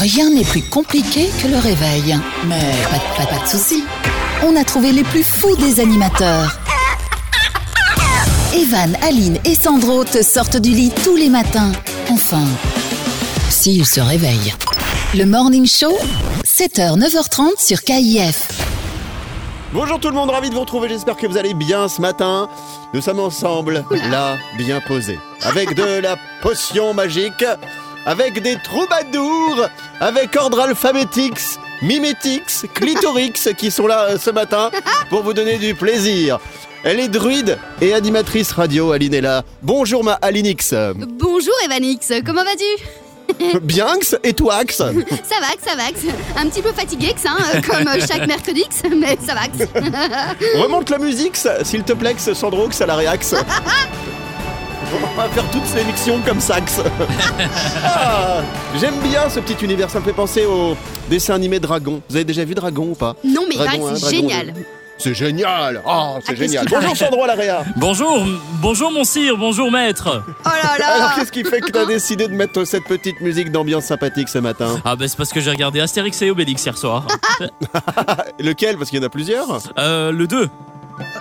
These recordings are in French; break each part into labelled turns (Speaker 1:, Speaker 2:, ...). Speaker 1: Rien n'est plus compliqué que le réveil. Mais pas, de- pas- pas de soucis. On a trouvé les plus fous des animateurs. Evan, Aline et Sandro te sortent du lit tous les matins. Enfin, s'ils se réveillent. Le Morning Show, 7h, 9h30 sur KIF.
Speaker 2: Bonjour tout le monde, ravi de vous retrouver, j'espère que vous allez bien ce matin. Nous sommes ensemble, là, bien posés, avec de la potion magique, avec des troubadours, avec ordre alphabétix, mimétix, clitorix qui sont là euh, ce matin pour vous donner du plaisir. Elle est druide et animatrice radio, Aline est là. Bonjour ma Alinix.
Speaker 3: Bonjour Evanix, comment vas-tu
Speaker 2: Bienx et Toax.
Speaker 3: Ça va, ça va. Un petit peu fatigué, hein, euh, comme euh, chaque mercredi, mais ça va.
Speaker 2: Remonte la musique, ça, s'il te plaît, que Sandro, que ça la réaxe. On va faire toute sélection comme sax. Ah, J'aime bien ce petit univers, ça me fait penser au dessin animé Dragon. Vous avez déjà vu Dragon ou pas
Speaker 3: Non mais il paraît
Speaker 2: Dragon,
Speaker 3: que
Speaker 2: hein,
Speaker 3: ah, c'est
Speaker 2: Dragon,
Speaker 3: génial.
Speaker 2: le- C'est génial Ah, c'est
Speaker 3: Ah, qu'est-ce
Speaker 2: génial
Speaker 3: qu'il
Speaker 2: Bonjour Sandro à la réa
Speaker 4: Bonjour, m- bonjour mon sire, bonjour maître.
Speaker 3: Oh là
Speaker 2: Alors
Speaker 3: là
Speaker 2: qu'est-ce qui fait que t'as décidé de mettre cette petite musique d'ambiance sympathique ce matin
Speaker 4: Ah bah c'est parce que j'ai regardé Astérix et Obélix hier soir.
Speaker 2: Ah, Lequel Parce qu'il y en a plusieurs
Speaker 4: Euh, le 2.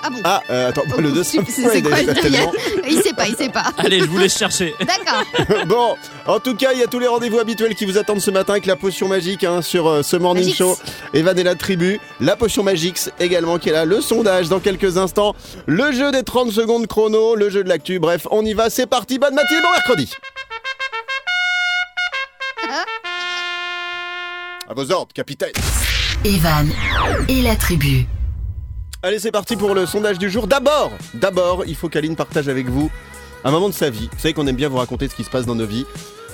Speaker 3: Ah bon
Speaker 2: Ah, euh, attends, le 2
Speaker 3: Oh, C'est- C'est quoi le délire Il sait pas, il sait pas.
Speaker 4: Allez, je vous laisse chercher.
Speaker 3: D'accord.
Speaker 2: Bon, en tout cas, il y a tous les rendez-vous habituels qui vous attendent ce matin avec la potion magique hein, sur euh, ce morning
Speaker 3: Magix.
Speaker 2: show. Evan et la tribu, la potion magix également qui est là, le sondage dans quelques instants, le jeu des 30 secondes chrono, le jeu de l'actu, bref, on y va, c'est parti, bonne matinée, bon mercredi À vos ordres, capitaine
Speaker 1: Evan et la tribu.
Speaker 2: Allez, c'est parti pour le sondage du jour. D'abord, d'abord, il faut qu'Aline partage avec vous un moment de sa vie. Vous savez qu'on aime bien vous raconter ce qui se passe dans nos vies.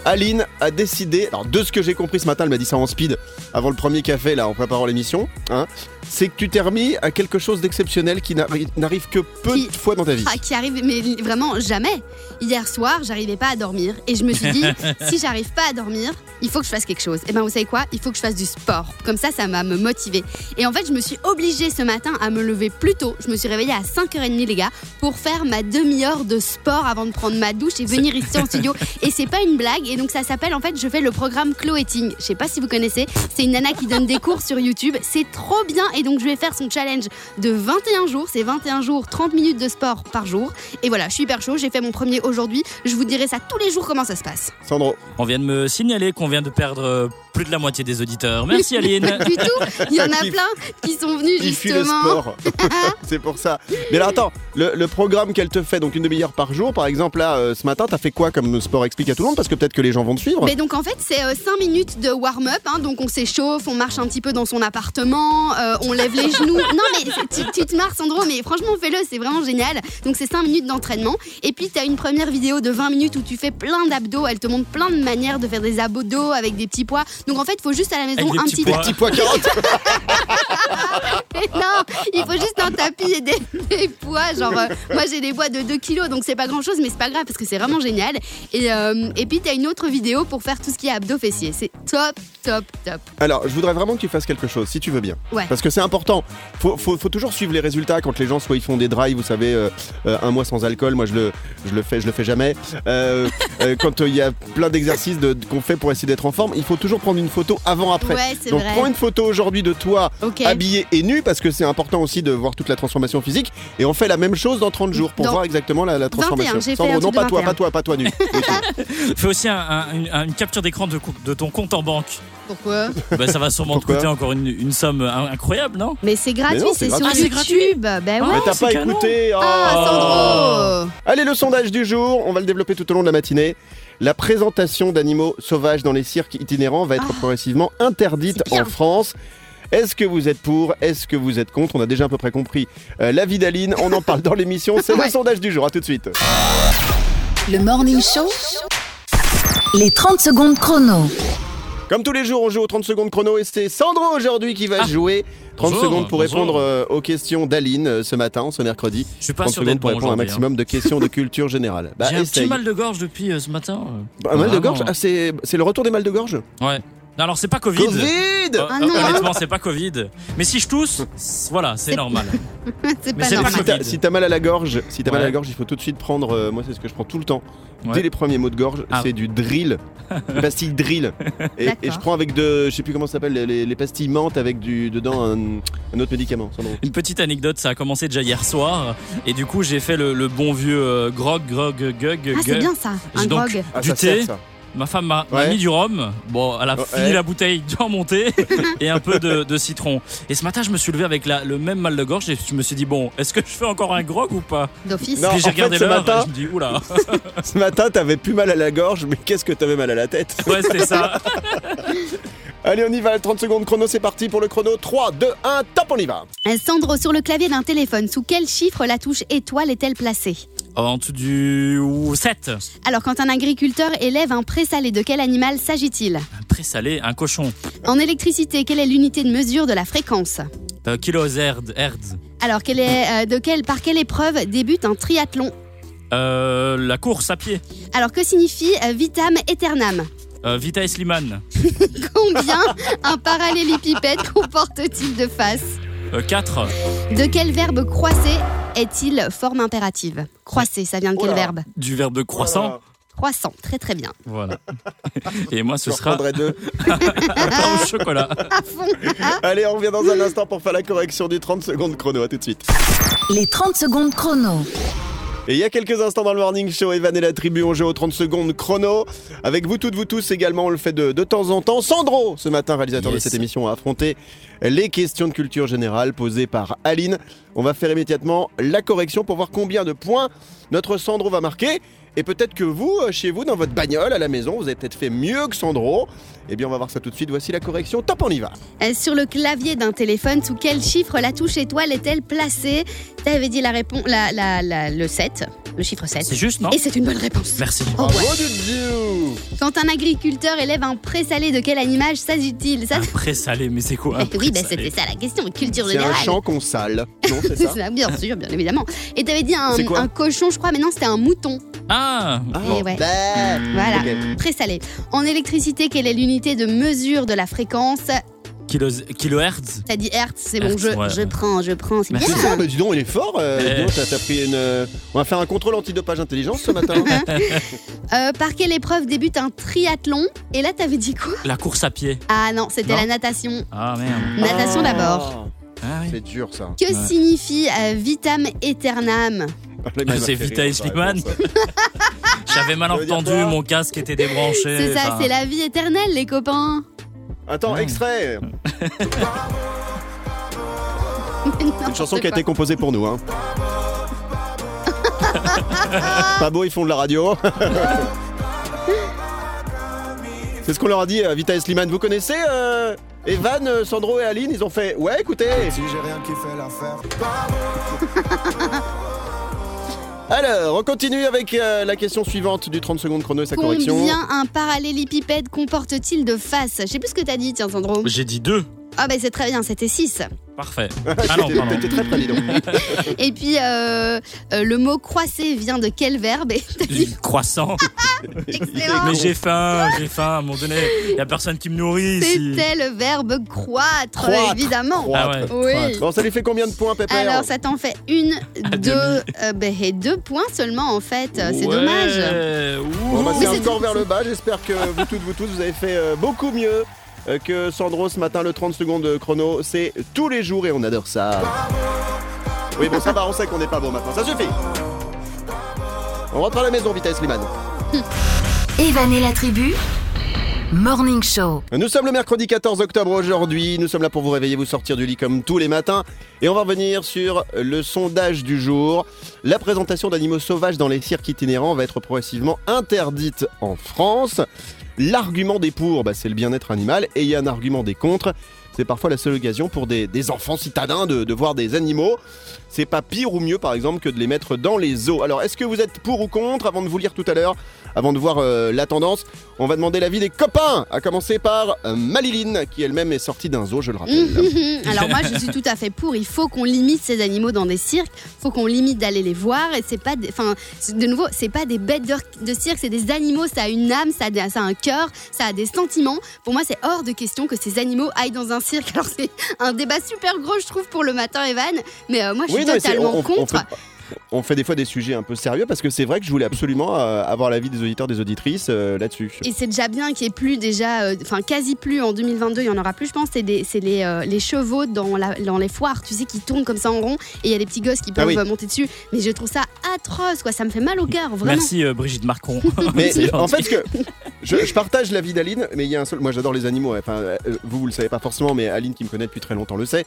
Speaker 2: Aline a décidé, alors de ce que j'ai compris ce matin, elle m'a dit ça en speed avant le premier café là en préparant l'émission, hein, c'est que tu t'es remis à quelque chose d'exceptionnel qui n'arri- n'arrive que peu
Speaker 3: Qui-
Speaker 2: de fois dans ta vie.
Speaker 3: Ah, qui arrive, mais vraiment jamais. Hier soir, j'arrivais pas à dormir et je me suis dit, si j'arrive pas à dormir, il faut que je fasse quelque chose. Et ben vous savez quoi Il faut que je fasse du sport. Comme ça, ça va me motiver. Et en fait, je me suis obligée ce matin à me lever plus tôt. Je me suis réveillée à 5h30, les gars, pour faire ma demi-heure de sport avant de prendre ma douche et venir ici en studio. Et c'est pas une blague. Et donc, ça s'appelle en fait, je fais le programme Cloeting. Je sais pas si vous connaissez. C'est une nana qui donne des cours sur YouTube. C'est trop bien. Et donc, je vais faire son challenge de 21 jours. C'est 21 jours, 30 minutes de sport par jour. Et voilà, je suis hyper chaud. J'ai fait mon premier aujourd'hui. Je vous dirai ça tous les jours comment ça se passe.
Speaker 2: Sandro,
Speaker 4: On vient de me signaler qu'on vient de perdre euh, plus de la moitié des auditeurs. Merci Aline.
Speaker 3: Pas du tout. Il y en a
Speaker 2: Il-
Speaker 3: plein qui sont venus
Speaker 2: il fuit le
Speaker 3: justement.
Speaker 2: sport. c'est pour ça. Mais alors attends, le, le programme qu'elle te fait, donc une demi-heure par jour, par exemple là euh, ce matin, t'as fait quoi comme sport Explique à tout le monde parce que peut-être que les gens vont te suivre.
Speaker 3: Mais donc en fait c'est 5 minutes de warm-up, hein. donc on s'échauffe, on marche un petit peu dans son appartement, euh, on lève les genoux. Non mais c'est- tu, tu te marres Sandro, mais franchement fais-le, c'est vraiment génial. Donc c'est 5 minutes d'entraînement. Et puis tu as une première vidéo de 20 minutes où tu fais plein d'abdos, elle te montre plein de manières de faire des abdos avec des petits poids. Donc en fait faut juste à la maison
Speaker 4: Avec des
Speaker 3: un
Speaker 4: petits
Speaker 3: petit...
Speaker 4: poids.
Speaker 2: Petit poids carotte
Speaker 3: Mais non, il faut juste un tapis et des, des poids. Genre, euh, moi j'ai des poids de 2 kilos, donc c'est pas grand chose, mais c'est pas grave parce que c'est vraiment génial. Et, euh, et puis t'as une autre vidéo pour faire tout ce qui est abdos fessiers. C'est top, top, top.
Speaker 2: Alors, je voudrais vraiment que tu fasses quelque chose, si tu veux bien.
Speaker 3: Ouais.
Speaker 2: Parce que c'est important. Faut, faut, faut toujours suivre les résultats quand les gens soit ils font des drives, vous savez, euh, euh, un mois sans alcool. Moi, je le, je le fais, je le fais jamais. Euh, euh, quand euh, il y a plein d'exercices de- qu'on fait pour essayer d'être en forme, il faut toujours prendre une photo avant après.
Speaker 3: Ouais, c'est
Speaker 2: Donc,
Speaker 3: vrai.
Speaker 2: prends une photo aujourd'hui de toi
Speaker 3: Ok.
Speaker 2: habillé et nu, parce que c'est important aussi de voir toute la transformation physique. Et on fait la même chose dans 30 jours pour
Speaker 3: Dans-
Speaker 2: voir exactement la, la
Speaker 3: 21,
Speaker 2: transformation.
Speaker 3: j'ai fait
Speaker 2: Sandro,
Speaker 3: un truc
Speaker 2: non,
Speaker 3: de
Speaker 2: pas toi,
Speaker 3: 21.
Speaker 2: pas toi, pas toi nu.
Speaker 4: Fais aussi un- un- une, une capture d'écran de, co- de ton compte en banque.
Speaker 3: Pourquoi
Speaker 4: Bah, ça va sûrement te
Speaker 2: Pourquoi
Speaker 4: coûter encore une, une somme in- incroyable, non
Speaker 3: Mais c'est gratuit,
Speaker 2: Mais non, c'est
Speaker 3: c'est sur
Speaker 4: gratuit. Ah, c'est
Speaker 3: YouTube. Ben ouais.
Speaker 2: Mais
Speaker 4: Ah,
Speaker 2: t'as
Speaker 4: c'est
Speaker 2: pas
Speaker 4: canon.
Speaker 2: écouté. oh.
Speaker 3: Ah, Sandro
Speaker 2: Allez, le sondage du jour, on va le développer tout au long de la matinée. La présentation d'animaux sauvages dans les cirques itinérants va être progressivement interdite
Speaker 3: Ah. C'est bien.
Speaker 2: en France. Est-ce que vous êtes pour Est-ce que vous êtes contre On a déjà à peu près compris euh, l'avis d'Aline. On en parle dans l'émission. C'est le
Speaker 3: Ouais.
Speaker 2: sondage du jour. À tout de suite.
Speaker 1: Le Morning Show, les 30 secondes chrono.
Speaker 2: Comme tous les jours, on joue aux 30 secondes chrono et c'est Sandro aujourd'hui qui va jouer. 30
Speaker 4: Ah. Bonjour,
Speaker 2: secondes pour
Speaker 4: bonjour.
Speaker 2: répondre euh, aux questions d'Aline euh, ce matin, ce mercredi.
Speaker 4: Je suis pas
Speaker 2: 30
Speaker 4: sûr d'être
Speaker 2: secondes pour
Speaker 4: bon
Speaker 2: répondre à un
Speaker 4: aujourd'hui. hein.
Speaker 2: maximum de questions de culture générale. Bah,
Speaker 4: J'ai un
Speaker 2: essaye.
Speaker 4: petit mal de gorge depuis euh, ce matin. euh.
Speaker 2: Un mal de
Speaker 4: Vraiment.
Speaker 2: gorge Ah, c'est c'est le retour des mal de gorge
Speaker 4: Ouais. Non, alors c'est pas Covid.
Speaker 2: Covid
Speaker 4: Euh,
Speaker 3: Ah non.
Speaker 4: honnêtement, c'est pas Covid. Mais si je tousse, c'est- voilà, c'est
Speaker 3: C'est-
Speaker 4: normal.
Speaker 3: c'est
Speaker 4: Mais
Speaker 3: pas
Speaker 4: c'est pas
Speaker 3: normal.
Speaker 2: Si t'as
Speaker 4: Covid.
Speaker 2: si t'as mal à la gorge, si t'as mal à la
Speaker 4: Ouais.
Speaker 2: gorge, il faut tout de suite prendre. euh, moi, c'est ce que je prends tout le temps.
Speaker 4: Ouais.
Speaker 2: Dès les premiers mots de gorge,
Speaker 4: Ah.
Speaker 2: c'est du drill, Une pastille drill. Et, et je
Speaker 3: D'accord.
Speaker 2: prends avec de, je sais plus comment ça s'appelle, les- les, les pastilles menthe avec du dedans un, un autre médicament. sans nom.
Speaker 4: Une petite anecdote, ça a commencé déjà hier soir. Et du coup, j'ai fait le, le bon vieux euh, grog, grog, gug,
Speaker 3: Ah, c'est
Speaker 4: gug.
Speaker 3: bien ça, un
Speaker 4: J'ai donc-
Speaker 3: grog.
Speaker 2: Ah,
Speaker 4: Du
Speaker 2: ça
Speaker 4: thé.
Speaker 2: sert, ça.
Speaker 4: Ma femme m'a m'a
Speaker 2: Ouais. Oh,
Speaker 4: mis du rhum. Bon, elle a
Speaker 2: Ouais.
Speaker 4: fini la bouteille d'en monter et un peu de, de citron. Et ce matin, je me suis levé avec la- le même mal de gorge et je me suis dit, bon, est-ce que je fais encore un grog ou pas
Speaker 3: D'office.
Speaker 2: Non.
Speaker 4: Puis j'ai
Speaker 2: en fait,
Speaker 4: regardé
Speaker 2: ce
Speaker 4: l'heure
Speaker 2: matin-
Speaker 4: et je me dis, oula,
Speaker 2: Ce matin, t'avais plus mal à la gorge, mais qu'est-ce que t'avais mal à la tête
Speaker 4: ouais, c'était ça.
Speaker 2: Allez, on y va, 30 secondes chrono, c'est parti pour le chrono. 3, 2, 1, top, on y va
Speaker 3: Euh, Sandro, sur le clavier d'un téléphone, sous quel chiffre la touche étoile est-elle placée
Speaker 4: En dessous du 7.
Speaker 3: Alors, quand un agriculteur élève un présalé, de quel animal s'agit-il
Speaker 4: Un présalé, un cochon.
Speaker 3: En électricité, quelle est l'unité de mesure de la fréquence
Speaker 4: Euh, kilos herd, herd.
Speaker 3: Alors, quelle est, euh, de quelle, par quelle épreuve débute un triathlon
Speaker 4: Euh, la course à pied.
Speaker 3: Alors, que signifie euh, vitam aeternam
Speaker 4: Euh, Vita et Sliman.
Speaker 3: Combien un parallélépipède comporte-t-il de faces
Speaker 4: 4.
Speaker 3: De quel verbe croisser est-il forme impérative Croisser, ça vient de quel
Speaker 2: Oula.
Speaker 3: verbe
Speaker 4: du verbe croissant.
Speaker 3: Croissant, très très bien.
Speaker 4: Voilà. Et moi, ce
Speaker 2: Je
Speaker 4: sera
Speaker 2: reprendrai deux.
Speaker 4: un pain au chocolat.
Speaker 3: À fond
Speaker 2: Allez, on revient dans un instant pour faire la correction du 30 secondes chrono. À tout de suite.
Speaker 1: Les 30 secondes chrono.
Speaker 2: Et il y a quelques instants dans le morning show, Evan et la tribu ont joué aux 30 secondes chrono. Avec vous toutes, vous tous également, on le fait de, de temps en temps. Sandro, ce matin, réalisateur de
Speaker 4: Yes.
Speaker 2: cette émission, a affronté les questions de culture générale posées par Aline. On va faire immédiatement la correction pour voir combien de points notre Sandro va marquer. Et peut-être que vous, euh, chez vous, dans votre bagnole, à la maison, vous avez peut-être fait mieux que Sandro. Eh bien, on va voir ça tout de suite. Voici la correction. Top, on y va.
Speaker 3: Euh, Sur le clavier d'un téléphone, sous quel chiffre la touche étoile est-elle placée T'avais dit la réponse, la, la- la- le 7, le chiffre 7.
Speaker 4: C'est juste, non
Speaker 3: Et c'est une bonne réponse.
Speaker 4: Merci.
Speaker 3: Oh,
Speaker 2: Bravo,
Speaker 3: ouais.
Speaker 2: Dudu.
Speaker 3: Quand un agriculteur élève un présalé, de quel animal s'agit-il Ça,
Speaker 4: Un présalé, mais c'est quoi un
Speaker 3: Eh oui, bah,
Speaker 4: présalé
Speaker 3: c'était ça la question, culture
Speaker 2: Ah, C'est un
Speaker 3: générale.
Speaker 2: chant qu'on sale. Non, c'est
Speaker 3: C'est
Speaker 2: ça
Speaker 3: ça, bien sûr, bien évidemment. Et t'avais dit un,
Speaker 2: C'est quoi
Speaker 3: un cochon, je crois, mais non, c'était un mouton.
Speaker 4: Ah
Speaker 3: Eh ouais.
Speaker 2: bah.
Speaker 3: Voilà,
Speaker 2: Ok.
Speaker 3: présalé. En électricité, quelle est l'unité de mesure de la fréquence
Speaker 4: Kilos- Kilohertz
Speaker 3: T'as dit Hertz, c'est bon,
Speaker 4: Hertz,
Speaker 3: je,
Speaker 4: ouais.
Speaker 3: je prends, je prends, c'est bien.
Speaker 4: Merci.
Speaker 2: C'est ça, bah dis donc, il est fort. euh,
Speaker 4: Eh.
Speaker 2: dis donc, t'as- t'as pris une. euh, On va faire un contrôle antidopage intelligence ce matin.
Speaker 3: Euh, par quelle épreuve débute un triathlon Et là, t'avais dit quoi
Speaker 4: La course à pied.
Speaker 3: Ah non, c'était
Speaker 4: Non.
Speaker 3: la natation.
Speaker 4: Ah merde.
Speaker 3: Natation d'abord.
Speaker 4: Ah, oui.
Speaker 2: C'est dur ça.
Speaker 3: Que
Speaker 4: Ouais.
Speaker 3: signifie euh, vitam aeternam
Speaker 4: Ah, c'est Vita et Slimane. J'avais mal
Speaker 2: Ça veut dire
Speaker 4: entendu,
Speaker 2: quoi
Speaker 4: mon casque était débranché.
Speaker 3: C'est ça,
Speaker 4: enfin,
Speaker 3: c'est la vie éternelle, les copains.
Speaker 2: Attends,
Speaker 4: Ouais. Oh,
Speaker 2: extrait. Une chanson qui a
Speaker 3: N'importe
Speaker 2: été composée pour nous. Hein. Pas beau, ils font de la radio. C'est ce qu'on leur a dit, euh, Vita et Slimane. Vous connaissez euh, Evan, euh, Sandro et Aline Ils ont fait Ouais, écoutez.
Speaker 5: Si j'ai rien qui fait l'affaire.
Speaker 2: Alors, on continue avec euh, la question suivante du 30 secondes chrono et sa
Speaker 3: quoi.
Speaker 2: correction.
Speaker 3: Combien un parallélépipède comporte-t-il de faces Je sais plus ce que t'as dit, tiens, Sandro.
Speaker 4: J'ai dit deux.
Speaker 3: Ah, bah c'est très bien, c'était 6.
Speaker 4: Parfait.
Speaker 2: Ah
Speaker 4: Ah non, pardon.
Speaker 2: T'étais très près, dis donc.
Speaker 3: Et puis, euh, euh, le mot croisser vient de quel verbe Et t'as dit
Speaker 4: Du Croissant.
Speaker 3: excellent.
Speaker 4: Mais j'ai faim, j'ai faim. À un moment donné, il n'y a personne qui me nourrit ici.
Speaker 3: C'était le verbe croître,
Speaker 2: Croître.
Speaker 3: évidemment.
Speaker 4: Ah ouais.
Speaker 3: Oui.
Speaker 2: Bon, ça lui fait combien de points, Pépère
Speaker 3: Alors, ça t'en fait une,
Speaker 4: À
Speaker 3: deux,
Speaker 4: demi.
Speaker 3: euh, ben, et deux points seulement en fait. C'est dommage.
Speaker 2: Bon, bah,
Speaker 3: Mais
Speaker 2: c'est
Speaker 3: c'est
Speaker 2: un score
Speaker 3: tout-
Speaker 2: vers le bas. J'espère que vous toutes, vous tous, vous avez fait euh, beaucoup mieux euh, que Sandro ce matin. Le 30 secondes chrono, c'est tous les jours et on adore ça. Oui, bon, ça va, on sait qu'on n'est pas bon maintenant. Ça suffit. On rentre à la maison, Vitesse Liman.
Speaker 1: Evan et la tribu. Morning show.
Speaker 2: Nous sommes le mercredi 14 octobre aujourd'hui. Nous sommes là pour vous réveiller, vous sortir du lit comme tous les matins. Et on va revenir sur le sondage du jour. La présentation d'animaux sauvages dans les cirques itinérants va être progressivement interdite en France. L'argument des pour, bah, c'est le bien-être animal. Et il y a un argument des contre. C'est parfois la seule occasion pour des, des enfants citadins de, de voir des animaux. C'est pas pire ou mieux, par exemple, que de les mettre dans les eaux. Alors, est-ce que vous êtes pour ou contre Avant de vous lire tout à l'heure, avant de voir euh, la tendance, On va demander l'avis des copains, à commencer par euh, Maliline, qui elle-même est sortie d'un zoo, je le rappelle.
Speaker 3: Mhm. Alors moi, je suis tout à fait pour. Il faut qu'on limite ces animaux dans des cirques. Il faut qu'on limite d'aller les voir. Et c'est pas, des- enfin, c'est- de nouveau, c'est pas des bêtes de, de cirque, c'est des animaux. Ça a une âme, ça a, des- ça a un cœur, ça a des sentiments. Pour moi, c'est hors de question que ces animaux aillent dans un cirque. Alors c'est un débat super gros, je trouve, pour le matin, Evan. Mais euh, moi, je suis
Speaker 2: non, mais c'est-
Speaker 3: totalement contre.
Speaker 2: fait, on fait des fois des sujets un peu sérieux parce que c'est vrai que je voulais absolument euh, avoir l'avis des auditeurs, des auditrices euh, là-dessus.
Speaker 3: Et c'est déjà bien qu'il n'y ait plus déjà, euh, enfin quasi plus en 2022, il y en aura plus, je pense. C'est des- c'est les, euh, les chevaux dans, la- dans les foires, tu sais, qui tournent comme ça en rond et il y a des petits gosses qui peuvent
Speaker 2: Ah oui.
Speaker 3: euh, monter dessus. Mais je trouve ça atroce, quoi. Ça me fait mal au cœur, vraiment.
Speaker 4: Merci euh, Brigitte Marcon.
Speaker 2: Mais
Speaker 4: C'est
Speaker 2: en fait,
Speaker 4: gentil.
Speaker 2: ce que je, je partage l'avis d'Aline, mais il y a un seul. Moi, j'adore les animaux. Enfin, euh, vous, vous le savez pas forcément, mais Aline, qui me connaît depuis très longtemps, le sait.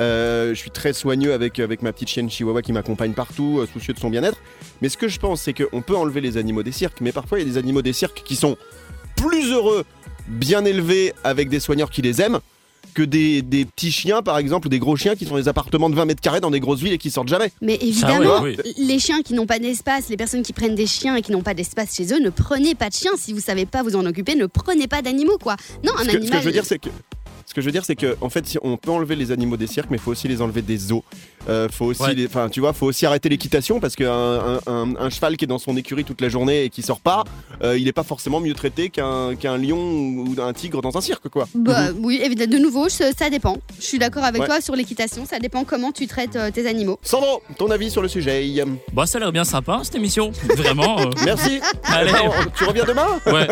Speaker 2: Euh, je suis très soigneux avec, avec ma petite chienne Chihuahua qui m'accompagne partout, euh, soucieux de son bien-être. Mais ce que je pense, c'est qu'on peut enlever les animaux des cirques, mais parfois il y a des animaux des cirques qui sont plus heureux, bien élevés, avec des soigneurs qui les aiment, que des, des petits chiens, par exemple, ou des gros chiens qui sont dans des appartements de 20 mètres carrés dans des grosses villes et qui sortent jamais.
Speaker 3: Mais
Speaker 4: Ça,
Speaker 3: évidemment,
Speaker 4: oui, oui.
Speaker 3: les chiens qui n'ont pas d'espace, les personnes qui prennent des chiens et qui n'ont pas d'espace chez eux, ne prenez pas de chiens. Si vous savez pas vous en occuper, ne prenez pas d'animaux, quoi. Non, un
Speaker 2: ce, que, ce
Speaker 3: animal.
Speaker 2: que je veux dire, c'est que. Ce que je veux dire, c'est que en fait, si on peut enlever les animaux des cirques, mais faut aussi les enlever des zoos. Euh, faut aussi,
Speaker 4: Ouais.
Speaker 2: les- enfin, tu vois, faut aussi arrêter l'équitation parce qu'un un, un- un cheval qui est dans son écurie toute la journée et qui sort pas, euh, il est pas forcément mieux traité qu'un qu'un lion ou un tigre dans un cirque, quoi.
Speaker 3: Bah, Oui, évidemment, de nouveau, je- ça dépend. Je suis d'accord avec
Speaker 2: Mhm. Ouais.
Speaker 3: toi sur l'équitation, ça dépend comment tu traites euh, tes animaux.
Speaker 2: Sandro, ton avis sur le sujet
Speaker 4: Bah, ça a l'air bien sympa cette émission. Vraiment. euh,
Speaker 2: Merci.
Speaker 4: Allez.
Speaker 2: Alors, tu reviens demain
Speaker 4: Ouais.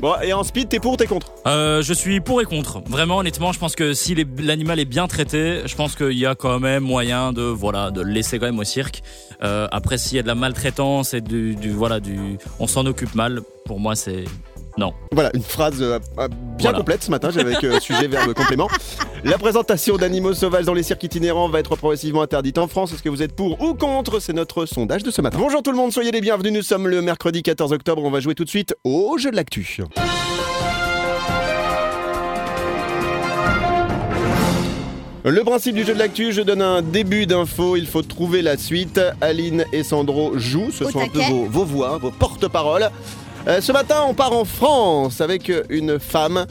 Speaker 2: Bon, et en speed, t'es pour, ou t'es contre
Speaker 4: Euh, je suis pour et contre. Vraiment, honnêtement, je pense que si les- l'animal est bien traité, je pense qu'il y a quand même moyen de voilà de le laisser quand même au cirque. Euh, après, s'il y a de la maltraitance et du, du- voilà du, on s'en occupe mal. Pour moi, c'est
Speaker 2: Voilà, une phrase euh, euh, bien
Speaker 4: Voilà.
Speaker 2: complète ce matin, j'avais avec euh, sujet, verbe, complément. La présentation d'animaux sauvages dans les cirques itinérants va être progressivement interdite en France. Est-ce que vous êtes pour ou contre C'est notre sondage de ce matin. Bonjour tout le monde, soyez les bienvenus. Nous sommes le mercredi 14 octobre. On va jouer tout de suite au jeu de l'actu. Le principe du jeu de l'actu, je donne un début d'info, il faut trouver la suite. Aline et Sandro jouent, ce
Speaker 3: Au
Speaker 2: sont un peu
Speaker 3: taquet.
Speaker 2: vos, vos voix, vos porte-paroles. Euh, ce matin, on part en France avec euh, une femme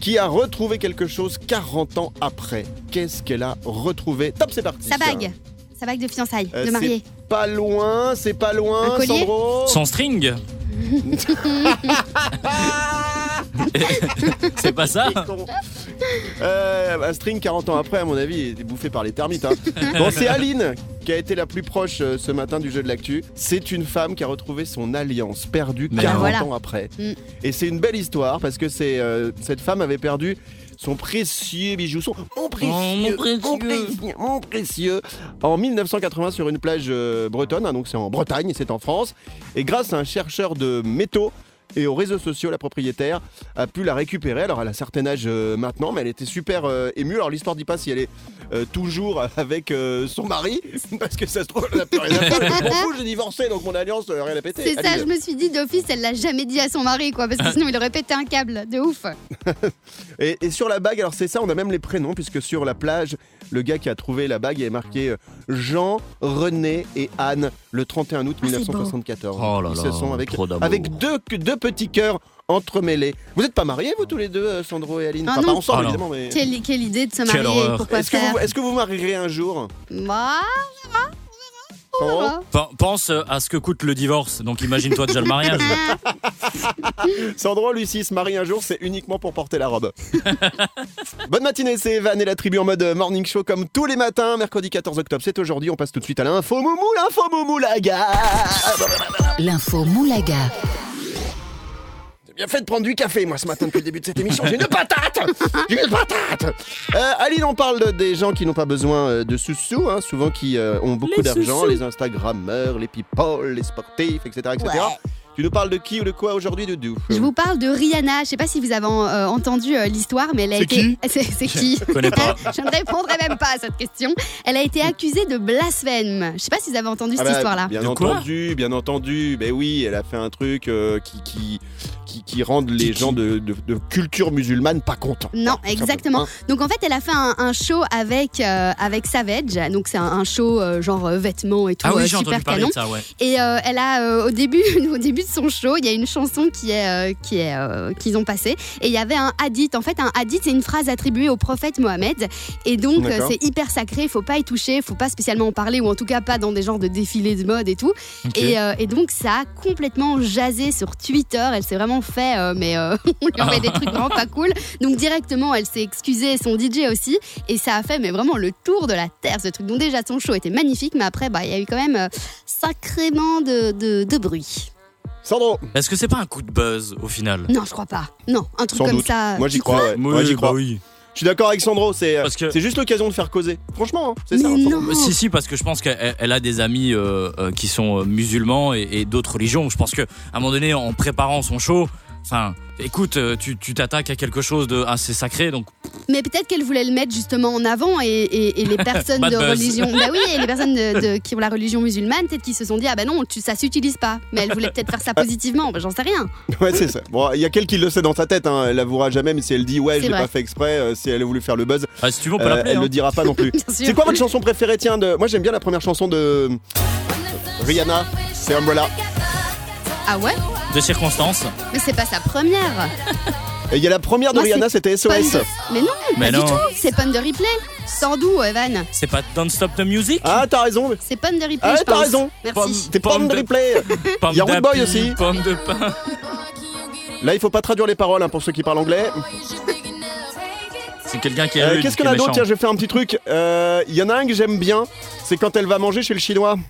Speaker 2: qui a retrouvé quelque chose 40 ans après. Qu'est-ce qu'elle a retrouvé Top, c'est parti.
Speaker 3: Sa bague, sa bague de fiançailles,
Speaker 2: Euh,
Speaker 3: de
Speaker 2: c'est-
Speaker 3: mariée.
Speaker 2: Pas loin, c'est pas loin,
Speaker 3: Un collier
Speaker 2: Sandro.
Speaker 4: son string. c'est pas ça.
Speaker 2: Euh, un string 40 ans après, à mon avis, il était bouffé par les termites. hein. bon, c'est Aline qui a été la plus proche euh, ce matin du jeu de l'actu. C'est une femme qui a retrouvé son alliance perdue
Speaker 4: Mais
Speaker 2: 40
Speaker 3: voilà.
Speaker 2: ans après.
Speaker 3: Mm.
Speaker 2: Et c'est une belle histoire parce que c'est euh, cette femme avait perdu son précieux bijou, son mon précieux,
Speaker 4: Oh, mon
Speaker 2: mon
Speaker 4: précieux.
Speaker 2: précieux, mon précieux, en 1980 sur une plage euh, bretonne. hein, donc c'est en Bretagne, c'est en France. Et grâce à un chercheur de métaux et aux réseaux sociaux, la propriétaire a pu la récupérer. Alors elle a un certain âge euh, maintenant, mais elle était super euh, émue. Alors l'histoire dit pas si elle est euh, toujours avec euh, son mari, parce que ça se trouve, elle a plus rien à faire. Je m'en fous, j'ai divorcé, donc mon alliance, euh, rien à péter.
Speaker 3: C'est ça,
Speaker 2: Aline.
Speaker 3: je me suis dit d'office, elle l'a jamais dit à son mari, quoi,
Speaker 4: Ah.
Speaker 3: parce que sinon il aurait pété un câble, de ouf.
Speaker 2: Et, et sur la bague, alors c'est ça, on a même les prénoms, puisque sur la plage, le gars qui a trouvé la bague est marqué euh, Jean, René et Anne le 31 août
Speaker 3: Ah, c'est beau.
Speaker 2: 1974.
Speaker 4: Oh là
Speaker 2: Ils
Speaker 4: là,
Speaker 2: se sont avec,
Speaker 4: trop d'amour.
Speaker 2: avec deux, deux petits cœurs entremêlés. Vous n'êtes pas mariés, vous tous les deux, euh, Sandro et Aline
Speaker 3: Ah
Speaker 2: Enfin,
Speaker 3: non.
Speaker 2: Pas ensemble,
Speaker 4: Ah non.
Speaker 2: évidemment, mais.
Speaker 3: Quelle, quelle idée de se
Speaker 4: Quelle
Speaker 3: marier,
Speaker 4: horreur.
Speaker 3: pourquoi
Speaker 2: Est-ce que,
Speaker 3: faire
Speaker 2: vous, est-ce que vous marierez un jour
Speaker 3: Moi,
Speaker 4: Oh.
Speaker 2: Sandro
Speaker 3: voilà.
Speaker 4: Pen- Pense à ce que coûte le divorce. Donc imagine-toi déjà le mariage.
Speaker 3: Ah,
Speaker 2: Sandro, lui, s'il se marie un jour, c'est uniquement pour porter la robe. Bonne matinée, c'est Evan et la tribu en mode euh, morning show comme tous les matins. Mercredi 14 octobre, c'est aujourd'hui. On passe tout de suite à l'info moumou, l'info moumou, la gare.
Speaker 1: L'info Moulaga.
Speaker 2: J'ai bien fait de prendre du café, moi, ce matin, depuis le début de cette émission. J'ai une patate J'ai une patate Euh, Aline, on parle des gens qui n'ont pas besoin euh, de sous-sous, hein, souvent qui euh, ont beaucoup
Speaker 4: Les
Speaker 2: d'argent,
Speaker 4: sous-sous.
Speaker 2: les Instagrammeurs, les people, les sportifs, etc. etc. Tu nous parles de qui ou de quoi aujourd'hui, de doux
Speaker 3: je vous parle de Rihanna. Je sais pas si vous avez euh, entendu euh, l'histoire, mais elle a
Speaker 2: C'est
Speaker 3: été. C'est c'est qui
Speaker 4: Je connais pas.
Speaker 3: Je ne répondrai même pas à cette question. Elle a été accusée de blasphème. Je sais pas si vous avez entendu
Speaker 2: Ah
Speaker 3: cette
Speaker 2: bah,
Speaker 3: histoire-là.
Speaker 2: Bien
Speaker 4: De quoi
Speaker 2: entendu, bien entendu. Ben oui, elle a fait un truc euh, qui, qui, qui, qui rendent les gens de, de- de culture musulmane pas contents. Hein
Speaker 3: Non,
Speaker 2: Voilà, tout simplement.
Speaker 3: exactement. Donc en fait, elle a fait un, un show avec euh, avec Savage. Donc c'est un, un show euh, genre euh, vêtements et tout,
Speaker 4: Ah oui,
Speaker 3: euh,
Speaker 4: j'ai entendu
Speaker 3: super
Speaker 4: parler
Speaker 3: canon.
Speaker 4: de ça, ouais.
Speaker 3: Et euh, elle a euh, au début au début de son show, il y a une chanson qui est euh, qui est euh, qu'ils ont passée et il y avait un hadith. En fait, un hadith c'est une phrase attribuée au prophète Mohammed et donc euh,
Speaker 2: D'accord.
Speaker 3: c'est hyper sacré, faut pas y toucher, faut pas spécialement en parler ou en tout cas pas dans des genres de défilés de mode et tout.
Speaker 4: Ok.
Speaker 3: Et, euh, et donc ça a complètement jasé sur Twitter. Elle s'est vraiment fait, euh, mais euh, on lui envoie des trucs vraiment pas cool. Donc directement, elle s'est excusée, son DJ aussi, et ça a fait mais vraiment le tour de la terre ce truc. Donc déjà son show était magnifique, mais après bah il y a eu quand même euh, sacrément de, de, de bruit.
Speaker 2: Sandro,
Speaker 4: Est-ce que c'est pas un coup de buzz au final
Speaker 3: Non, je crois pas. Non, un truc
Speaker 2: sans
Speaker 3: comme
Speaker 2: doute.
Speaker 3: ça.
Speaker 2: Moi j'y
Speaker 3: tu
Speaker 2: crois, ouais. Moi j'y crois.
Speaker 4: oui.
Speaker 2: Je suis d'accord avec Sandro, c'est euh,
Speaker 4: Parce que-
Speaker 2: c'est juste l'occasion de faire causer. Franchement, hein, c'est
Speaker 3: Mais
Speaker 2: ça. Sandro.
Speaker 3: non.
Speaker 4: Euh, Si, si, parce que je pense qu'elle elle a des amis euh, euh, qui sont euh, musulmans et, et d'autres religions. Je pense qu'à un moment donné, en préparant son show, enfin, écoute, euh, tu tu t'attaques à quelque chose de assez sacré, donc
Speaker 3: Mais peut-être qu'elle voulait le mettre justement en avant et, et- et les personnes
Speaker 4: Bad
Speaker 3: de
Speaker 4: buzz.
Speaker 3: religion. bah oui, et les personnes de- de- qui ont la religion musulmane, peut-être qu'ils se sont dit ah bah non, tu- ça s'utilise pas. Mais elle voulait peut-être faire ça positivement. Bah, j'en sais rien.
Speaker 2: Ouais, c'est ça. Bon, il y a quelqu'un qui le sait dans sa tête, hein. elle l'avouera jamais, mais si elle dit ouais, je
Speaker 3: C'est
Speaker 2: l'ai
Speaker 3: vrai.
Speaker 2: pas fait exprès, euh, si elle a voulu faire le buzz,
Speaker 4: ah, si tu veux, on peut
Speaker 2: euh,
Speaker 4: l'appeler.
Speaker 2: elle
Speaker 4: hein.
Speaker 2: le dira pas non plus.
Speaker 3: Bien sûr.
Speaker 2: C'est quoi votre chanson préférée Tiens, de... moi j'aime bien la première chanson de Rihanna, c'est Umbrella.
Speaker 3: Ah ouais
Speaker 4: De circonstances.
Speaker 3: Mais c'est pas sa première.
Speaker 2: Et il y a la première de
Speaker 3: Moi,
Speaker 2: Rihanna, c'était
Speaker 3: Pun
Speaker 2: SOS.
Speaker 3: de- Mais non,
Speaker 4: Mais
Speaker 3: pas
Speaker 4: non.
Speaker 3: du tout. C'est Pun de replay. Sans doute, Evan.
Speaker 4: C'est pas Don't Stop the Music
Speaker 2: Ah, t'as raison,
Speaker 3: C'est Pun de replay.
Speaker 2: Ah,
Speaker 3: je
Speaker 2: t'as
Speaker 3: pense.
Speaker 2: raison.
Speaker 3: Merci.
Speaker 2: t'es pas
Speaker 4: Pomme
Speaker 2: de
Speaker 4: de-
Speaker 2: replay.
Speaker 4: Pomme
Speaker 2: y a Rude
Speaker 4: d'api,
Speaker 2: Ah, Boy aussi.
Speaker 4: Pomme de pain.
Speaker 2: Là, il faut pas traduire les paroles hein, pour ceux qui parlent anglais.
Speaker 4: C'est quelqu'un qui est
Speaker 2: Euh,
Speaker 4: rude,
Speaker 2: Qu'est-ce
Speaker 4: qui
Speaker 2: qu'on a
Speaker 4: est
Speaker 2: d'autre
Speaker 4: méchant.
Speaker 2: Tiens, je vais faire un petit truc. Euh, Il y en a un que j'aime bien, c'est quand elle va manger chez le chinois.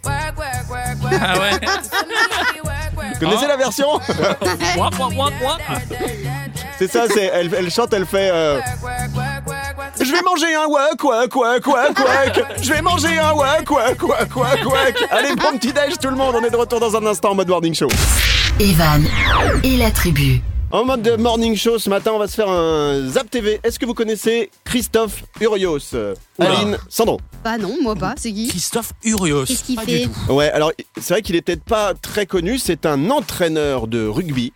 Speaker 4: Ah ouais.
Speaker 2: Vous connaissez
Speaker 4: Ah.
Speaker 2: la version
Speaker 4: Wap, wap, wap, wap.
Speaker 2: C'est ça, c'est elle, elle chante, elle fait. euh, Je vais manger un wak wak wak wak wak. Je vais manger un wak wak wak wak wak. Allez, bon petit déj tout le monde. On est de retour dans un instant en mode morning show.
Speaker 1: Evan et la tribu.
Speaker 2: En mode de morning show ce matin, on va se faire un Zap TV. Est-ce que vous connaissez Christophe Urios euh,
Speaker 4: Oula.
Speaker 2: Aline, Sandro.
Speaker 3: Bah non, moi pas. C'est qui
Speaker 4: Christophe Urios.
Speaker 3: Qu'est-ce qu'il
Speaker 4: Pas
Speaker 3: fait
Speaker 4: du tout.
Speaker 2: Ouais, alors c'est vrai qu'il est peut-être pas très connu. C'est un entraîneur de rugby.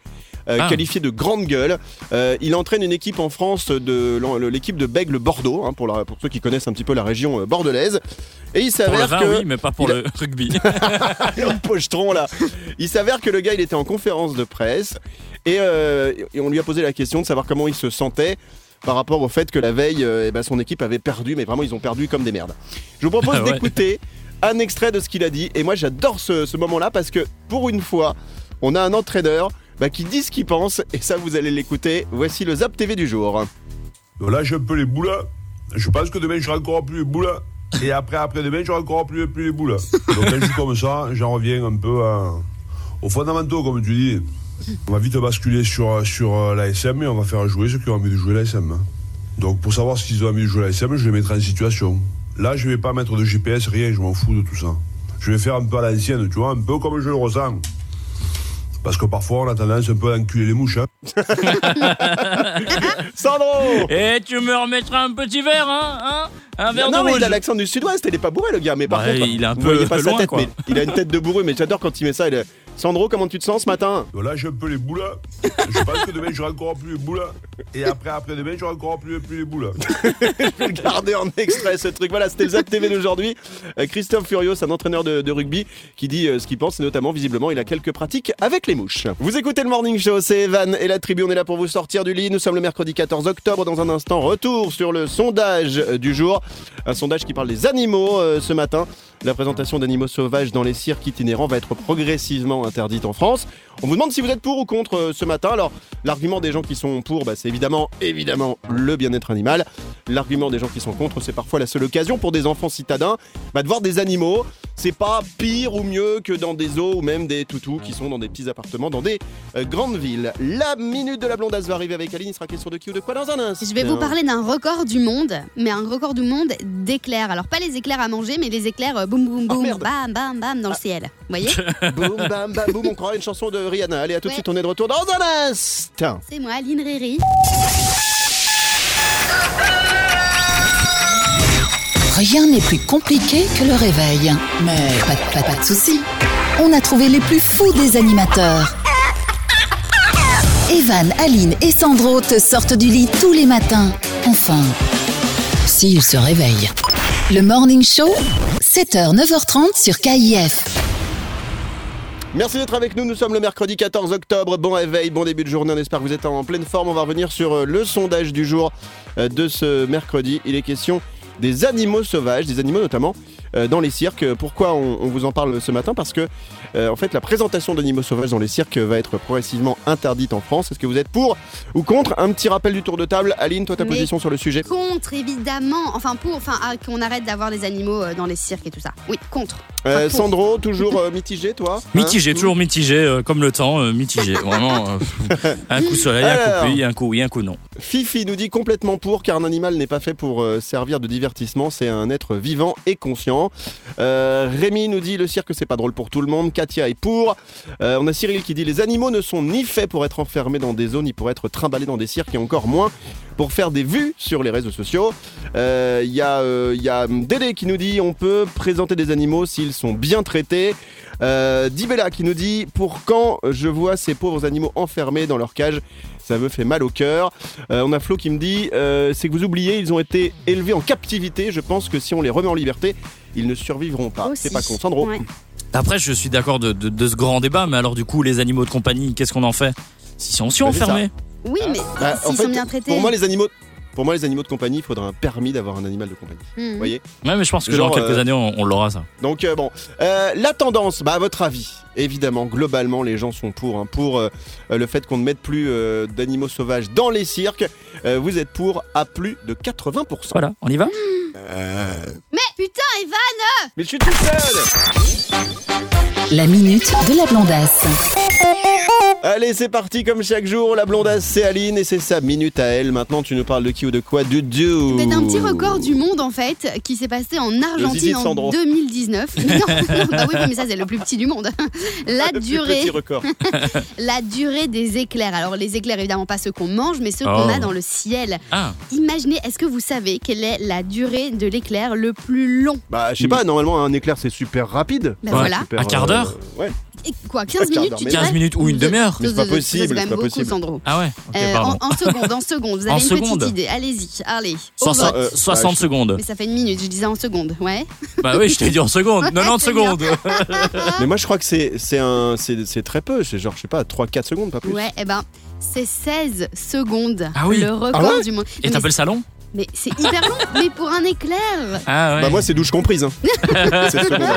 Speaker 2: euh,
Speaker 4: Ah.
Speaker 2: qualifié de grande gueule. Euh, il entraîne une équipe en France de l'en- l'équipe de Bègle Bordeaux, hein, pour, la- pour ceux qui connaissent un petit peu la région euh, bordelaise. Et il
Speaker 4: Pour le
Speaker 2: s'avère
Speaker 4: vin,
Speaker 2: que...
Speaker 4: oui, mais pas pour
Speaker 2: il a-
Speaker 4: le rugby.
Speaker 2: Le pochetron là. Il s'avère que le gars, il était en conférence de presse et, euh, et on lui a posé la question de savoir comment il se sentait par rapport au fait que la veille, euh, eh ben, son équipe avait perdu, mais vraiment ils ont perdu comme des merdes. Je vous propose
Speaker 4: Ah ouais.
Speaker 2: d'écouter un extrait de ce qu'il a dit et moi j'adore ce, ce moment-là parce que pour une fois, on a un entraîneur. bah, qui dit ce qu'il pense, et ça vous allez l'écouter. Voici le Zap TV du jour.
Speaker 6: Donc là, j'ai un peu les boules. hein. Je pense que demain, j'aurai encore plus les boules. hein. Et après, après-demain, j'aurai encore plus, plus les boules. Donc quand je suis comme ça, j'en reviens un peu à- aux fondamentaux, comme tu dis. On va vite basculer sur, euh, sur l'ASM et on va faire jouer ceux qui ont envie de jouer l'ASM. hein. Donc pour savoir s'ils ont envie de jouer l'ASM, je les mettrai en situation. Là, je vais pas mettre de GPS, rien, je m'en fous de tout ça. Je vais faire un peu à l'ancienne, tu vois, un peu comme je le ressens. Parce que parfois, on a tendance un peu à enculer les mouches. hein.
Speaker 2: Sandro
Speaker 4: Et tu me remettras un petit verre, hein, hein Un verre
Speaker 2: non,
Speaker 4: de
Speaker 2: mais
Speaker 4: rouge.
Speaker 2: il a l'accent du sud-ouest, il est pas bourré le gars, mais par
Speaker 4: Bah,
Speaker 2: contre,
Speaker 4: il est un
Speaker 2: vous
Speaker 4: peu-
Speaker 2: voyez
Speaker 4: un
Speaker 2: pas
Speaker 4: peu
Speaker 2: sa
Speaker 4: loin,
Speaker 2: tête,
Speaker 4: quoi.
Speaker 2: mais il a une tête de bourré, mais j'adore quand il met ça. il est- Sandro, comment tu te sens ce matin
Speaker 6: Donc Là, j'ai un peu les boules. hein. Je pense que demain, j'aurai encore plus les boules. hein. Et après, après demain, j'aurai encore plus, plus les boules.
Speaker 2: Regardez en extrait ce truc. Voilà, c'était le Zap TV d'aujourd'hui. Euh, Christophe Furios, un entraîneur de, de rugby, qui dit euh, ce qu'il pense, et notamment, visiblement, il a quelques pratiques avec les mouches. Vous écoutez le Morning Show, c'est Evan et la tribu. On est là pour vous sortir du lit. Nous sommes le mercredi 14 octobre. Dans un instant, retour sur le sondage euh, du jour. Un sondage qui parle des animaux euh, ce matin. La présentation d'animaux sauvages dans les cirques itinérants va être progressivement interdite en France. On vous demande si vous êtes pour ou contre euh, ce matin. Alors, l'argument des gens qui sont pour, bah, c'est évidemment, évidemment, le bien-être animal. L'argument des gens qui sont contre, c'est parfois la seule occasion pour des enfants citadins bah, de voir des animaux. C'est pas pire ou mieux que dans des zoos ou même des toutous qui sont dans des petits appartements, dans des euh, grandes villes. La minute de la blondasse va arriver avec Aline. Il sera question de qui ou de quoi dans un instant.
Speaker 3: Je vais vous parler d'un record du monde, mais un record du monde d'éclairs. Alors pas les éclairs à manger, mais les éclairs euh, boum boum
Speaker 2: Oh,
Speaker 3: boum,
Speaker 2: merde. Ah.
Speaker 3: bam bam bam dans le ciel. Vous voyez
Speaker 2: Boum, bam, bam, boum, on croirait une chanson de Rihanna. Allez, à tout de
Speaker 3: Ouais.
Speaker 2: suite, on est de retour dans un instant.
Speaker 3: C'est moi, Lynn Riri.
Speaker 1: Rien n'est plus compliqué que le réveil. Mais pas, de- pas, pas de soucis. On a trouvé les plus fous des animateurs. Evan, Aline et Sandro te sortent du lit tous les matins. Enfin, s'ils se réveillent. Le Morning Show, 7h, 9h30 sur KIF.
Speaker 2: Merci d'être avec nous, nous sommes le mercredi 14 octobre, bon réveil, bon début de journée, on espère que vous êtes en pleine forme, on va revenir sur euh, le sondage du jour euh, de ce mercredi, il est question des animaux sauvages, des animaux notamment euh, dans les cirques, pourquoi on, on vous en parle ce matin Parce que euh, en fait la présentation d'animaux sauvages dans les cirques va être progressivement interdite en France, est-ce que vous êtes pour ou contre Un petit rappel du tour de table, Aline, toi ta
Speaker 3: Mais-
Speaker 2: position sur le sujet
Speaker 3: Contre, évidemment. Enfin, pour, enfin, ah, qu'on arrête d'avoir des animaux euh, dans les cirques et tout ça. Oui, contre.
Speaker 2: Euh,
Speaker 3: Enfin, pour.
Speaker 2: Sandro, toujours euh, mitigé toi Hein
Speaker 4: Mitigé, toujours mitigé, euh, comme le temps, euh, mitigé. Vraiment, euh, un coup soleil, un
Speaker 2: Alors.
Speaker 4: coup pluie, un coup oui, un coup non.
Speaker 2: Fifi nous dit complètement pour car un animal n'est pas fait pour euh, servir de divertissement, c'est un être vivant et conscient. Euh, Rémi nous dit le cirque c'est pas drôle pour tout le monde, Katia est pour. Euh, on a Cyril qui dit les animaux ne sont ni faits pour être enfermés dans des zones, ni pour être trimballés dans des cirques et encore moins pour faire des vues sur les réseaux sociaux. Euh, Il y, a, euh, il y a Dédé qui nous dit on peut présenter des animaux s'ils sont bien traités. Euh, Dibella qui nous dit pour quand je vois ces pauvres animaux enfermés dans leur cage, ça me fait mal au cœur. Euh, on a Flo qui me dit euh, c'est que vous oubliez, ils ont été élevés en captivité. Je pense que si on les remet en liberté, ils ne survivront pas.
Speaker 3: Aussi.
Speaker 2: C'est pas con, Sandro.
Speaker 3: Ouais.
Speaker 4: Après, je suis d'accord de, de- de ce grand débat, mais alors du coup, les animaux de compagnie, qu'est-ce qu'on en fait S'ils sont aussi
Speaker 2: Bah, c'est ça.
Speaker 4: enfermés.
Speaker 3: Oui, mais
Speaker 2: Bah, en
Speaker 3: Ah, s'ils
Speaker 2: fait,
Speaker 3: sont bien traités.
Speaker 2: Pour moi, les animaux. Pour moi, les animaux de compagnie, il faudra un permis d'avoir un animal de compagnie.
Speaker 3: Hmm.
Speaker 2: voyez.
Speaker 4: Ouais, mais je pense que
Speaker 2: Genre,
Speaker 4: dans quelques
Speaker 2: euh,
Speaker 4: années, on, on l'aura ça.
Speaker 2: Donc euh, bon, Euh, la tendance, bah à votre avis, évidemment, globalement, les gens sont pour, hein, pour euh, euh, le fait qu'on ne mette plus euh, d'animaux sauvages dans les cirques. Euh, vous êtes pour à plus de 80%.
Speaker 4: Voilà, on y va
Speaker 3: Mais Eh, putain, Evan
Speaker 2: Mais je suis tout seul
Speaker 1: La minute de la blondasse.
Speaker 2: Allez, c'est parti comme chaque jour. La blondasse, c'est Aline et c'est sa minute à elle. Maintenant, tu nous parles de qui ou de quoi Du dieu.
Speaker 3: C'est un Eh ben, petit record du monde en fait qui s'est passé en
Speaker 2: zizi
Speaker 3: Argentine
Speaker 2: de
Speaker 3: en
Speaker 2: Sandro.
Speaker 3: 2019. Mais non, non, bah oui, mais ça c'est le plus petit du monde. La
Speaker 2: Ah, Le plus
Speaker 3: durée,
Speaker 2: Petit record.
Speaker 3: la durée des éclairs. Alors les éclairs évidemment pas ceux qu'on mange, mais ceux qu'on
Speaker 4: Oh.
Speaker 3: a dans le ciel.
Speaker 4: Ah,
Speaker 3: Imaginez, est-ce que vous savez quelle est la durée de l'éclair le plus long
Speaker 2: Bah, je sais pas. Normalement, un éclair, c'est super rapide.
Speaker 3: Ben
Speaker 4: Ouais.
Speaker 3: voilà.
Speaker 2: Super,
Speaker 4: Un quart d'heure
Speaker 2: euh, Ouais.
Speaker 3: Et quoi, 15 minutes
Speaker 2: d'heure,
Speaker 3: tu
Speaker 2: mais-
Speaker 3: dirais
Speaker 4: 15 minutes ou une demi-heure
Speaker 2: Mais c'est pas
Speaker 3: Ça, c'est
Speaker 2: possible,
Speaker 3: quand
Speaker 2: c'est
Speaker 3: même
Speaker 2: pas
Speaker 3: beaucoup,
Speaker 2: possible.
Speaker 3: Sandro.
Speaker 4: Ah ouais, ok,
Speaker 3: Euh,
Speaker 4: pardon.
Speaker 3: en, en seconde, en seconde, vous avez
Speaker 4: En
Speaker 3: une
Speaker 4: seconde.
Speaker 3: petite idée. Allez-y, allez. Au
Speaker 4: 60,
Speaker 3: vote.
Speaker 2: euh,
Speaker 4: soixante
Speaker 2: ouais, je-
Speaker 4: secondes.
Speaker 3: Mais ça fait une minute, je disais en seconde, ouais.
Speaker 4: Bah oui, je t'ai dit en secondes.
Speaker 3: Ouais,
Speaker 4: 90
Speaker 3: c'est bien.
Speaker 4: secondes.
Speaker 2: Mais moi, je crois que c'est c'est un c'est c'est très peu. C'est genre, je sais pas, 3-4 secondes, pas plus.
Speaker 3: Ouais, et ben c'est 16 secondes.
Speaker 4: Ah oui.
Speaker 3: Le record
Speaker 2: Ah ouais
Speaker 3: du monde.
Speaker 4: Et
Speaker 3: mais
Speaker 4: t'appelles salon
Speaker 3: mais c'est hyper long, mais pour un éclair.
Speaker 4: Ah ouais.
Speaker 2: Bah moi c'est douche comprise. Hein. C'est ce moment.